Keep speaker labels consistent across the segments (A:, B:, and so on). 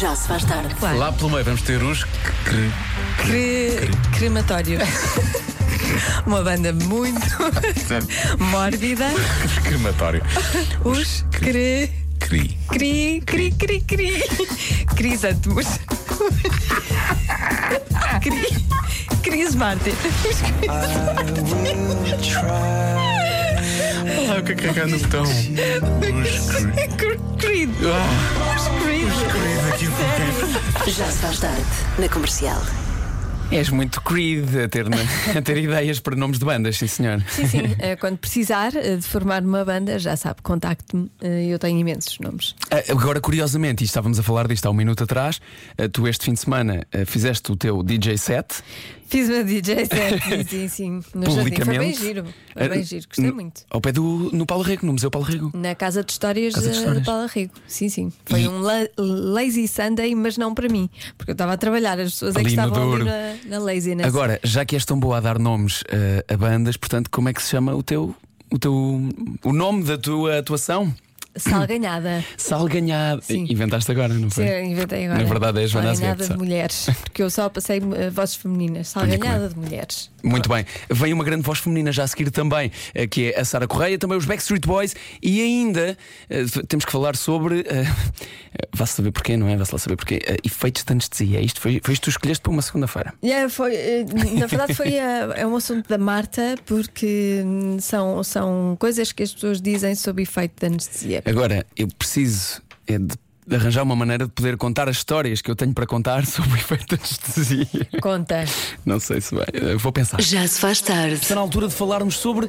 A: Já se faz tarde.
B: Claro.
C: Lá pelo meio vamos ter os. cre-
B: Cre- Crematório. Uma banda muito mórbida.
C: crematório.
B: Os cre...
C: Cri.
B: Cri, cri, cri, cri. Crisantemos. Cri. Cris Martin. Os cri-
C: Olha lá o que é que é no botão. Os cri.
B: cri- cri-
C: Ah,
B: Os cri.
C: querido, aqui porque-
A: Já se faz tarde. Na comercial.
D: És muito creed a ter, a ter ideias para nomes de bandas, sim senhor.
B: Sim, sim. Eh, Quando precisar eh, de formar uma banda, já sabe, contacte-me. Eh, Eu tenho imensos nomes.
D: Ah, Agora, curiosamente, e estávamos a falar disto há um minuto atrás, ah, tu este fim de semana ah, fizeste o teu DJ set.
B: Fiz uma DJ set, sim, sim. No jardim. Foi bem
D: Publicamente.
B: giro. Foi bem
D: Ah,
B: giro. Gostei
D: no-
B: muito.
D: Ao pé do no Paulo Rego, no Museu Paulo Rego.
B: Na Casa de Histórias
D: Casa de
B: eh, de,
D: Histórias.
B: Paula Rico. Sim, sim. Foi
D: E-
B: um la- Lazy Sunday, mas não para mim. Porque eu estava a trabalhar, as pessoas é que
D: Ali no
B: estavam
D: Douro.
B: ali na, na laziness.
D: Agora, já que és tão boa a dar nomes ah, a bandas, portanto, como é que se chama o teu o teu o nome da tua atuação?
B: Salganhada.
D: Salganhado.
B: Sim.
D: Inventaste agora, não
B: Sim,
D: foi?
B: eu inventei agora.
D: Na verdade, é a Joana Azevedo,
B: Salganhada de
D: só.
B: mulheres. Porque eu só passei eh, vozes femininas. Salganhada de mulheres.
D: Muito bem. Vem uma grande voz feminina já a seguir também, eh, que é a Sara Correia, também os Backstreet Boys e ainda eh, f- temos que falar sobre. eh, Vá-se saber porquê, não é? Vá-se lá saber porquê. eh, efeitos de anestesia. Isto foi, foi isto que tu escolheste para uma segunda-feira.
B: Yeah, foi, eh, na verdade, foi a- é um assunto da Marta, porque hum, são, são coisas que as pessoas dizem sob efeito de anestesia.
D: Agora, eu preciso é de. de arranjar uma maneira de poder contar as histórias que eu tenho para contar sobre o efeito de anestesia.
B: Conta.
D: Não sei se vai. eh, Vou pensar.
A: Já se faz tarde.
D: Está na altura de falarmos sobre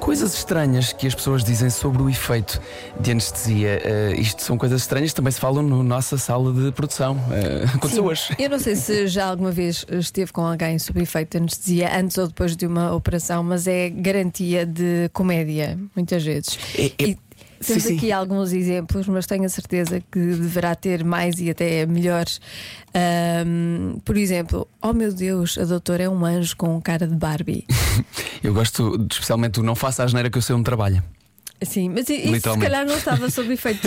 D: coisas estranhas que as pessoas dizem sobre o efeito de anestesia. Eh, isto são coisas estranhas que também se falam na nossa sala de produção. Eh, aconteceu hoje.
B: Eu não sei se já alguma vez esteve com alguém sob efeito de anestesia antes ou depois de uma operação, mas é garantia de comédia, muitas vezes.
D: É- é-
B: E temos
D: Sim, sim.
B: aqui alguns exemplos, mas tenho a certeza que deverá ter mais e até melhores. Ahm, por exemplo, oh meu Deus, a doutora é um anjo com cara de Barbie.
D: Eu gosto de- especialmente do não faça a asneira que eu sei onde trabalha.
B: Sim, mas i- isso se
D: Literalmente. É
B: calhar não estava sob efeito de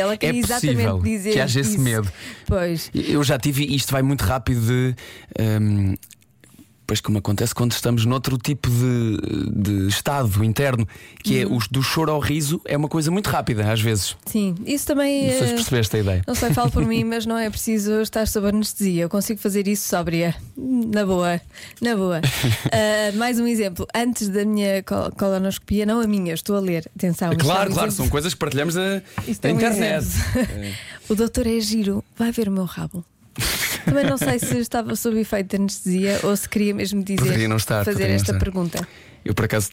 B: Ela queria
D: possível
B: exatamente dizer
D: que haja esse
B: isso.
D: medo.
B: Pois.
D: Eu já tive, e isto vai muito rápido de. ehm, Pois como acontece quando estamos noutro tipo de, de estado interno, que é os do choro ao riso, é uma coisa muito rápida às vezes.
B: Sim, isso também.
D: Não sei se
B: eh,
D: percebeste a ideia.
B: Não sei, falo por mim, mas não é preciso estar sob anestesia. Eu consigo fazer isso sóbria. Na boa, na boa. Ah, mais um exemplo. Antes da minha col- colonoscopia, não a minha, estou a ler. Atenção. isto é
D: Claro,
B: um
D: claro,
B: exemplo.
D: são coisas que partilhamos a,
B: Isto
D: a
B: é um
D: internet.
B: O doutor é giro, vai ver o meu rabo. Também não sei se estava sob efeito de anestesia ou se queria mesmo dizer
D: Poderia não estar,
B: fazer
D: poderia não
B: esta
D: estar.
B: pergunta.
D: Eu por acaso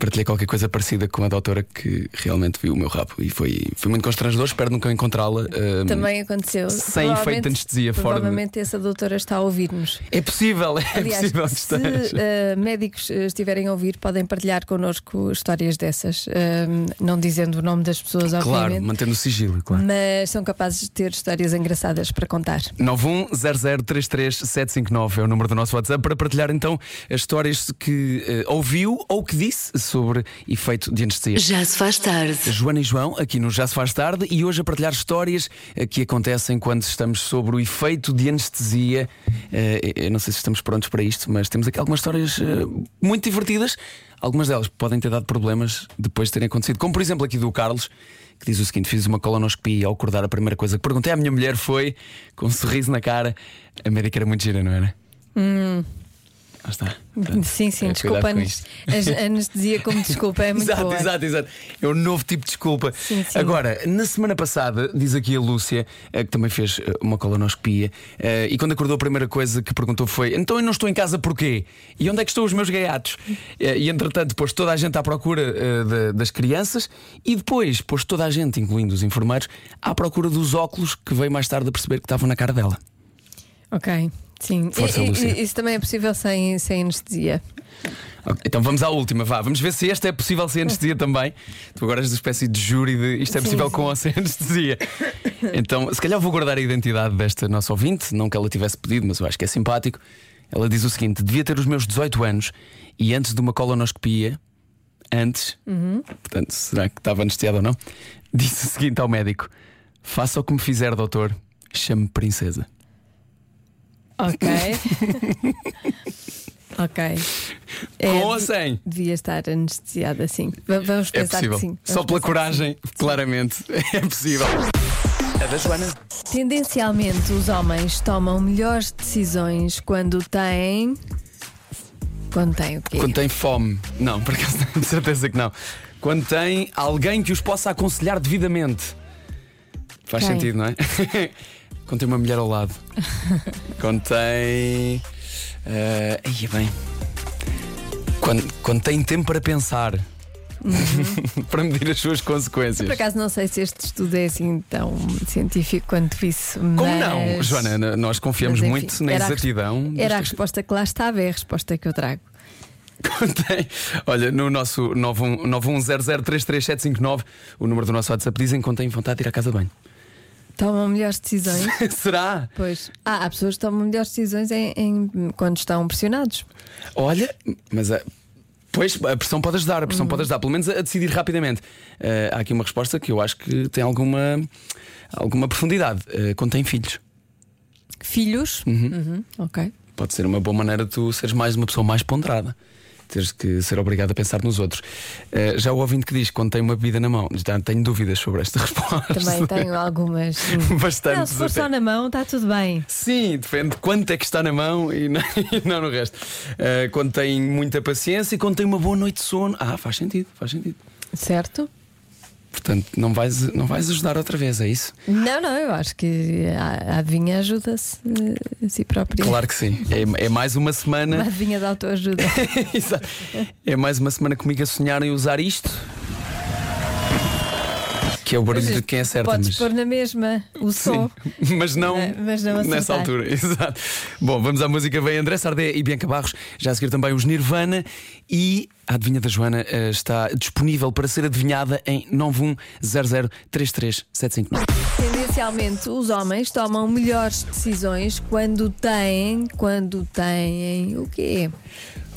D: partilhei qualquer coisa parecida com a doutora que realmente viu o meu rabo e foi, foi muito constrangedor, espero nunca encontrá-la. hum,
B: Também aconteceu.
D: Sem
B: Provavelmente-
D: efeito de anestesia, fora de-
B: Provavelmente essa doutora está a ouvir-nos.
D: É possível, é
B: Aliás,
D: possível que
B: se
D: esteja.
B: eh, médicos eh, estiverem a ouvir, podem partilhar connosco histórias dessas, ehm, não dizendo o nome das pessoas,
D: Claro,
B: obviamente,
D: mantendo o sigilo, claro.
B: mas são capazes de ter histórias engraçadas para contar.
D: 910033759 é o número do nosso WhatsApp para partilhar então as histórias que eh, ouviu ou que disse sobre efeito de anestesia.
A: Já se faz tarde.
D: Joana e João, aqui no Já Se Faz Tarde, e hoje a partilhar histórias eh, que acontecem quando estamos sobre o efeito de anestesia. Eh, Eu não sei se estamos prontos para isto, mas temos aqui algumas histórias eh, muito divertidas. Algumas delas podem ter dado problemas depois de terem acontecido. Como por exemplo aqui do Carlos, que diz o seguinte: fiz uma colonoscopia e ao acordar a primeira coisa que perguntei à minha mulher foi, com um sorriso na cara, a médica era muito gira, não era? Lá está. Portanto,
B: Hum. Sim, sim,
D: eh, cuidado com
B: desculpa-nos.
D: isto.
B: A anestesia como desculpa é muito
D: Exato,
B: boa.
D: exato, exato. É um novo tipo de desculpa.
B: Sim, sim.
D: Agora, na semana passada, diz aqui a Lúcia, eh, que também fez eh, uma colonoscopia, eh, e quando acordou a primeira coisa que perguntou foi: Então eu não estou em casa porquê? E onde é que estão os meus gaiatos? Eh, E entretanto, pôs toda a gente à procura eh, da- das crianças e depois pôs toda a gente, incluindo os enfermeiros, à procura dos óculos que veio mais tarde a perceber que estavam na cara dela.
B: Ok, sim.
D: Força,
B: E- e-
D: Lúcia.
B: isso também é possível sem, sem anestesia.
D: Ok, Então vamos à última, vá. Vamos ver se esta é possível sem anestesia também. Tu agora és uma espécie de júri de isto é
B: Sim,
D: possível
B: sim.
D: com ou sem anestesia. Então, se calhar vou guardar a identidade desta nossa ouvinte, não que ela tivesse pedido, mas eu acho que é simpático. Ela diz o seguinte: devia ter os meus 18 anos e antes de uma colonoscopia, antes,
B: Uhum.
D: portanto, será que estava anestesiada ou não? Disse o seguinte ao médico: faça o que me fizer, doutor, Chame-me princesa.
B: Ok. ok. É,
D: Com ou sem?
B: Devia estar anestesiada, sim. Va- Vamos
D: É
B: pensar
D: possível.
B: que sim.
D: Só
B: Vamos
D: pela
B: pensar que
D: coragem, claramente. É possível. A da Joana.
B: sim. Tendencialmente, os homens tomam melhores decisões quando têm. Quando têm o quê?
D: Quando tem fome. Não, por acaso tenho certeza que não. Quando tem alguém que os possa aconselhar devidamente. Faz
B: Quem?
D: sentido, não é? Quando tem uma mulher ao lado. Quando tem. eh, Aí é bem. Quando, quando tem tempo para pensar. para medir as suas consequências.
B: Uhum. Por acaso não sei se este estudo é assim tão científico quanto isso. Mas...
D: Como não? Joana, n- nós confiamos
B: mas, enfim,
D: muito na
B: era a res-
D: exatidão.
B: Era a
D: dos-
B: resposta que lá estava, é a resposta que eu trago.
D: Contém. Olha, no nosso 91 910033759, o número do nosso WhatsApp, dizem que contém vontade de ir à casa de banho.
B: Tomam melhores decisões.
D: Será?
B: Pois. Ah, há pessoas que tomam melhores decisões em, em- quando estão pressionados.
D: Olha, mas a. Pois, a pressão pode ajudar, a pressão
B: Hum.
D: pode ajudar, pelo menos a, a decidir rapidamente. Eh, há aqui uma resposta que eu acho que tem alguma, alguma profundidade. Eh, contém filhos.
B: Filhos. Uhum, ok.
D: Pode ser uma boa maneira de tu seres mais uma pessoa mais ponderada. Teres que ser obrigado a pensar nos outros. Eh, já o ouvinte que diz que quando tem uma bebida na mão, já tenho dúvidas sobre esta resposta.
B: Também tenho algumas. sim.
D: Bastante.
B: Não, se for só na mão, está tudo bem.
D: Sim, depende de quanto é que está na mão e não, e não no resto. Eh, quando tem muita paciência e quando tem uma boa noite de sono. Ah, faz sentido, faz sentido.
B: Certo?
D: Portanto, não vais, não vais ajudar outra vez, é isso?
B: Não, não, eu acho que a, a adivinha ajuda-se eh, a si própria.
D: Claro que sim. É, é mais uma semana.
B: Uma adivinha de autoajuda.
D: Exato. é mais uma semana comigo a sonhar em usar isto. Que é o barulho de quem acerta.
B: Podes
D: mas-
B: pôr na mesma o som.
D: Sim, mas não,
B: Né, mas não
D: nessa
B: acertar.
D: altura. Exato. Bom, vamos à música. Vem André Sardé e Bianca Barros. Já a seguir também os Nirvana. E a adivinha da Joana eh, está disponível para ser adivinhada em 910033759.
B: Tendencialmente, os homens tomam melhores decisões quando têm. Quando têm o quê?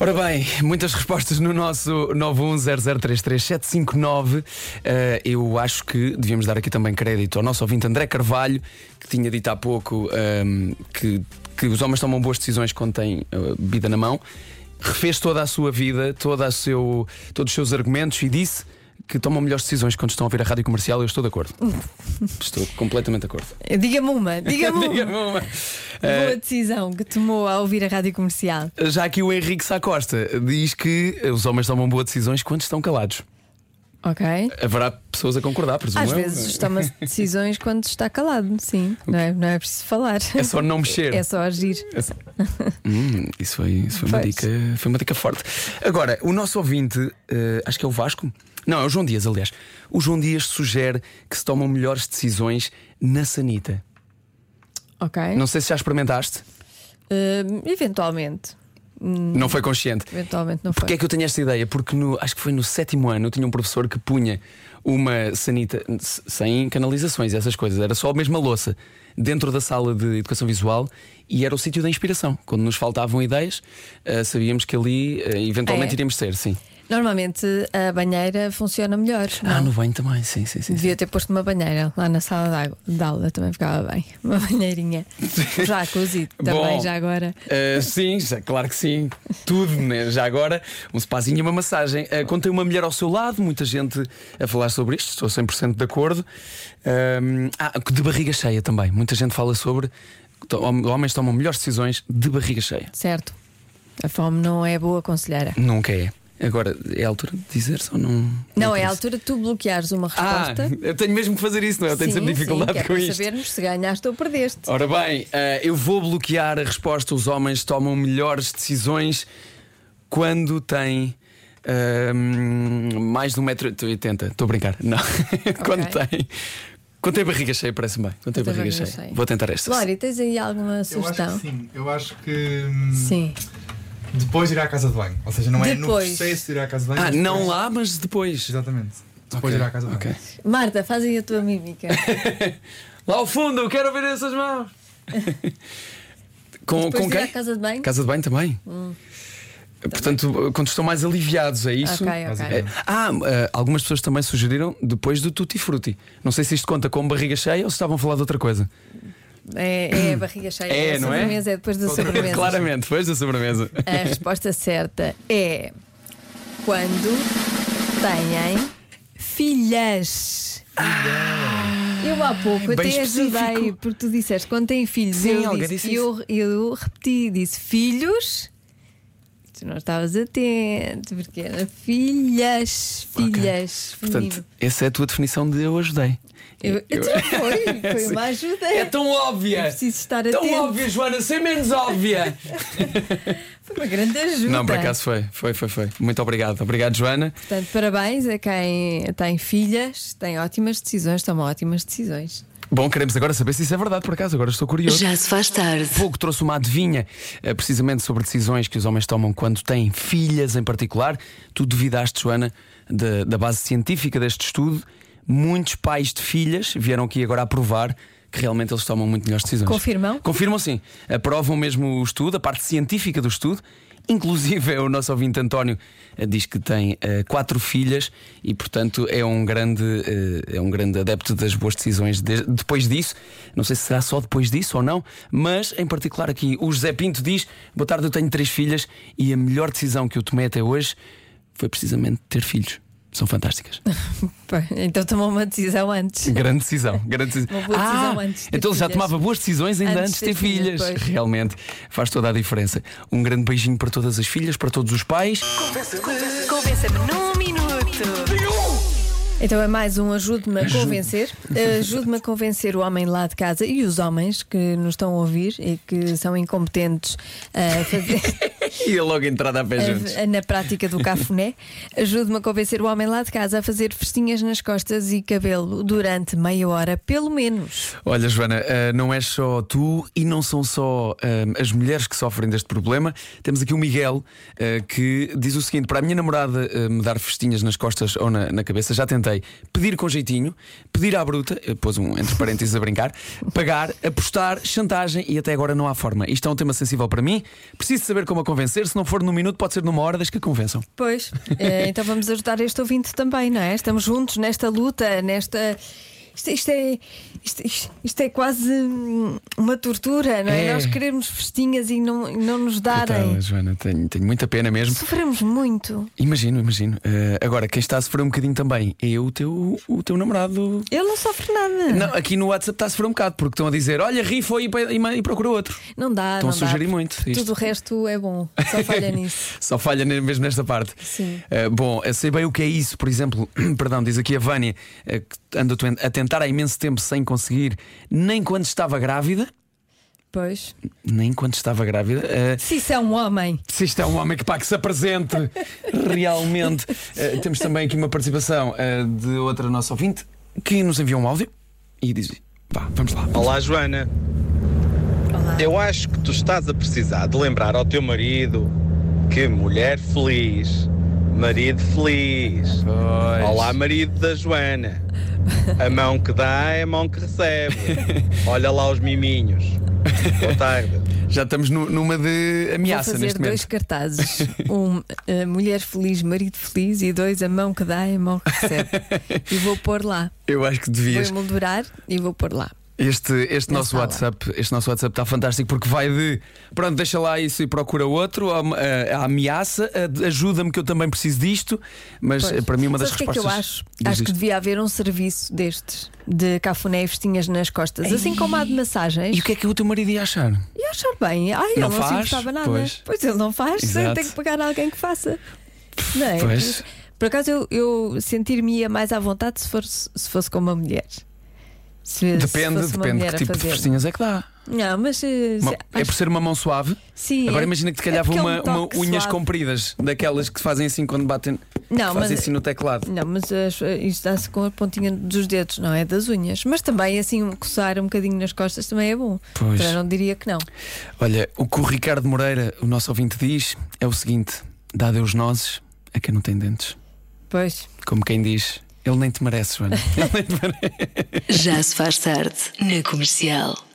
D: Ora bem, muitas respostas no nosso 910033759. Eh, eu acho que devíamos dar aqui também crédito ao nosso ouvinte André Carvalho, que tinha dito há pouco ehm, que, que os homens tomam boas decisões quando têm eh, bebida na mão. Refez toda a sua vida, toda a seu, todos os seus argumentos e disse que tomam melhores decisões quando estão a ouvir a rádio comercial. Eu estou de acordo. estou completamente de acordo.
B: Diga-me uma, diga-me uma.
D: Diga-me uma.
B: Boa decisão que tomou ao ouvir a rádio comercial.
D: Já aqui o Henrique Sacosta diz que os homens tomam boas decisões quando estão calados.
B: Ok?
D: Haverá pessoas a concordar, presumo
B: Às
D: eu.
B: vezes toma-se decisões quando se está calado, sim. Não é, não é preciso falar.
D: É só não mexer.
B: É só agir.
D: Hum, isso foi, isso foi, uma
B: Pois.
D: dica, foi uma dica forte. Agora, o nosso ouvinte, eh, acho que é o Vasco. Não, é o João Dias, aliás. O João Dias sugere que se tomam melhores decisões na sanita.
B: Ok?
D: Não sei se já experimentaste.
B: Hum, eventualmente.
D: Não foi consciente.
B: Eventualmente não foi.
D: Porquê é que eu tenho esta ideia? Porque no- acho que foi no sétimo ano eu tinha um professor que punha uma sanita s- sem canalizações, e essas coisas, era só a mesma louça dentro da sala de educação visual e era o sítio da inspiração. Quando nos faltavam ideias, ah, sabíamos que ali ah, eventualmente
B: É.
D: iríamos ter, sim.
B: Normalmente a banheira funciona melhor.
D: Ah,
B: não? é?
D: no banho também, sim, sim, sim. sim.
B: Devia ter posto uma banheira lá na sala de, água- de aula, também ficava bem. Uma banheirinha. Já cozido também,
D: Bom.
B: já agora.
D: Ah, sim, já, claro que sim. Tudo, né? Já agora, um spazinho e uma massagem. Ah, quando tem uma mulher ao seu lado, muita gente a falar sobre isto, estou 100% de acordo. Ahm, ah, de barriga cheia também. Muita gente fala sobre. to- hom- Homens tomam melhores decisões de barriga cheia.
B: Certo. A fome não é boa conselheira.
D: Nunca é. Agora, é a altura de dizer-se ou não?
B: Não, é
D: parece?
B: a altura de tu bloqueares uma
D: Ah,
B: resposta.
D: eu tenho mesmo que fazer isso, não é? Eu tenho
B: Sim,
D: sempre
B: sim,
D: dificuldade
B: que é
D: com
B: para
D: isto.
B: sabermos se ganhaste ou perdeste.
D: Ora bem, eh, eu vou bloquear a resposta. Os homens tomam melhores decisões quando têm. ehm, mais de 1,80m. Estou a brincar. Não. quando tem. Quando tem barriga cheia, parece-me bem. Quando tem barriga, cheia. Vou tentar esta.
B: Lória, tens aí alguma
C: Tipo, Eu acho
B: sugestão?
C: que sim. Eu acho que hum,
B: Sim.
C: depois ir à casa de banho. Ou seja, não é
B: Depois.
C: no processo de ir à casa de banho.
D: Ah,
C: mas
D: não
C: depois-
D: lá, mas depois.
C: Exatamente. Depois
D: Ok,
C: ir à casa de banho.
D: ok.
B: Marta, faz aí a tua mímica.
D: Lá ao fundo, eu quero ver essas mãos. com
B: Depois
D: com
B: de ir
D: quem?
B: à casa Hum. de banho?
D: Casa de banho também. Portanto, quando estão mais aliviados, é isso?
B: Ok, ok.
D: É. Ah, eh, algumas pessoas também sugeriram depois do Tutti Frutti. Não sei se isto conta com barriga cheia ou se estavam a falar de outra coisa.
B: É, é a barriga cheia.
D: É,
B: a
D: não é?
B: sobremesa é depois da sobremesa.
D: Claramente, depois da sobremesa.
B: A resposta certa é quando têm filhas. Eu há pouco
D: Ah! Bem
B: até
D: específico.
B: ajudei porque tu disseste quando têm filhos.
D: Sim,
B: eu
D: Olga,
B: disse,
D: disse
B: eu, eu repeti, disse filhos. Tu não estavas atento, porque era filhas, filhas.
D: Portanto,
B: feminino.
D: essa é a tua definição de eu ajudei.
B: eu,
D: eu-
B: Já foi, foi uma ajuda.
D: É tão óbvia!
B: É preciso estar
D: tão
B: atento.
D: óbvia, Joana, sem menos óbvia!
B: Foi uma grande ajuda.
D: Não, por acaso foi. Foi, foi, foi. Muito obrigado. Obrigado, Joana.
B: Portanto, parabéns a quem tem filhas, tem ótimas decisões, toma ótimas decisões.
D: Bom, queremos agora saber se isso é verdade, por acaso. Agora estou curioso.
A: Já se faz tarde.
D: Pouco trouxe uma adivinha eh, precisamente sobre decisões que os homens tomam quando têm filhas em particular. Tu duvidaste, Joana, da, da base científica deste estudo. Muitos pais de filhas vieram aqui agora a provar que realmente eles tomam muito melhores decisões.
B: Confirmam?
D: Confirmam sim. Aprovam mesmo o estudo, a parte científica do estudo. Inclusive, o nosso ouvinte António eh, diz que tem eh, quatro filhas e, portanto, é um grande, eh, é um grande adepto das boas decisões de- depois disso. Não sei se será só depois disso ou não, mas, em particular, aqui o José Pinto diz: Boa tarde, eu tenho três filhas e a melhor decisão que eu tomei até hoje foi precisamente ter filhos. São fantásticas.
B: Pá, Então tomou uma decisão antes.
D: Grande decisão, grande decisão.
B: Uma boa decisão
D: ah,
B: antes de ter
D: então ele já
B: filhas.
D: tomava boas decisões ainda antes, de ter filhas.
B: pois.
D: Realmente faz toda a diferença. Um grande beijinho para todas as filhas, para todos os pais.
A: Convença-me num minuto.
B: Então é mais um ajude-me a convencer. Eh, Ajude-me a convencer o homem lá de casa e os homens que nos estão a ouvir e que são incompetentes a fazer.
D: E a logo entrada
B: É
D: a pé juntos.
B: a- na prática do cafuné. Ajude-me a convencer o homem lá de casa a fazer festinhas nas costas e cabelo durante meia hora, pelo menos.
D: Olha, Joana, eh, não és só tu e não são só eh, as mulheres que sofrem deste problema. Temos aqui o Miguel eh, que diz o seguinte: para a minha namorada eh, me dar festinhas nas costas ou na, na cabeça, já tentei pedir com jeitinho, pedir à bruta, eh, pôs um entre parênteses a brincar, pagar, apostar, chantagem e até agora não há forma. Isto é um tema sensível para mim. Preciso saber como a convencer. Se não for num minuto, pode ser numa hora, desde que a convençam.
B: Pois, eh, então vamos ajudar este ouvinte também, não é? Estamos juntos nesta luta, nesta. Isto, isto é, isto, isto- isto é quase hum, uma tortura, não é?
D: É.
B: Nós queremos festinhas e não, e não nos darem.
D: Coitada, Então, Joana, tenho, tenho muita pena mesmo.
B: Sofremos muito.
D: Imagino, imagino. Eh, agora, quem está a sofrer um bocadinho também é o teu, o teu namorado
B: Ele não sofre nada.
D: Não, aqui no WhatsApp está a sofrer um bocado, porque estão a dizer: olha, rifa e, e, e procura outro.
B: Não dá,
D: Estão a
B: não dá.
D: sugerir muito isto.
B: Tudo o resto é bom, só falha nisso.
D: Só falha ne- mesmo nesta parte.
B: Sim.
D: Eh, bom, eu sei bem o que é isso, por exemplo, perdão, diz aqui a Vânia, eh, que anda a tentar há imenso tempo sem conseguir, nem quando estava grávida.
B: Pois.
D: Nem quando estava grávida. eh,
B: Se isso é um homem.
D: se isto é um homem que pá, que se apresente realmente. Eh, temos também aqui uma participação eh, de outra nossa ouvinte que nos enviou um áudio e diz: vá, vamos lá.
E: Olá, Joana. Eu acho que tu estás a precisar de lembrar ao teu marido que mulher feliz, marido feliz.
D: Pois.
E: Olá, marido da Joana. A mão que dá é a mão que recebe. Olha lá os miminhos. Boa tarde.
D: Já estamos nu- numa de
B: Vou
D: ameaça
B: fazer
D: neste
B: dois
D: momento.
B: cartazes: um eh, mulher feliz, marido feliz, e dois a mão que dá e a mão que recebe. e vou pôr lá.
D: Eu acho que
B: Vou
D: devias.
B: emoldurar e vou pôr lá.
D: Este, este
B: Na
D: nosso
B: sala.
D: WhatsApp, este nosso WhatsApp está fantástico porque vai de pronto, deixa lá isso e procura outro, a, a- a ameaça, a de- ajuda-me que eu também preciso disto, mas
B: Pois.
D: eh, para mim uma das
B: Sabes o
D: respostas.
B: que é que eu acho?
D: diz
B: acho que
D: isto.
B: devia haver um serviço destes de cafuné e festinhas nas costas, assim como há de massagens.
D: E o que é que o teu marido ia achar?
B: E achar bem, ai, ele
D: Não
B: não, se
D: faz,
B: importava nada.
D: pois.
B: ele não faz,
D: Exato.
B: tem que pagar alguém que faça. Não é?
D: Pois.
B: Por acaso eu, eu sentir-me-ia mais à vontade se fosse, se fosse com uma mulher. Se- se
D: Depende,
B: fosse uma
D: depende
B: mulher
D: que
B: a
D: tipo de
B: fazer.
D: festinhas é que dá.
B: Não, mas. eh,
D: Uma-
B: se-
D: é por ser uma mão suave.
B: Sim,
D: Agora
B: é-
D: imagina que te
B: é
D: calhava
B: porque é um
D: uma, uma
B: toque
D: unhas
B: suave.
D: compridas, daquelas que se fazem assim quando batem,
B: Não,
D: fazem
B: mas-
D: assim no teclado.
B: Não, mas as- isto dá-se com a pontinha dos dedos, não é das unhas. Mas também, assim, um coçar um bocadinho nas costas também é bom.
D: Pois.
B: Então, eu não diria que não.
D: Olha, o que o Ricardo Moreira, o nosso ouvinte, diz é o seguinte: dá Deus nozes a quem não tem dentes.
B: Pois.
D: Como quem diz, ele nem te merece, Joana. Ele nem te merece.
A: Já se faz tarde. Na comercial.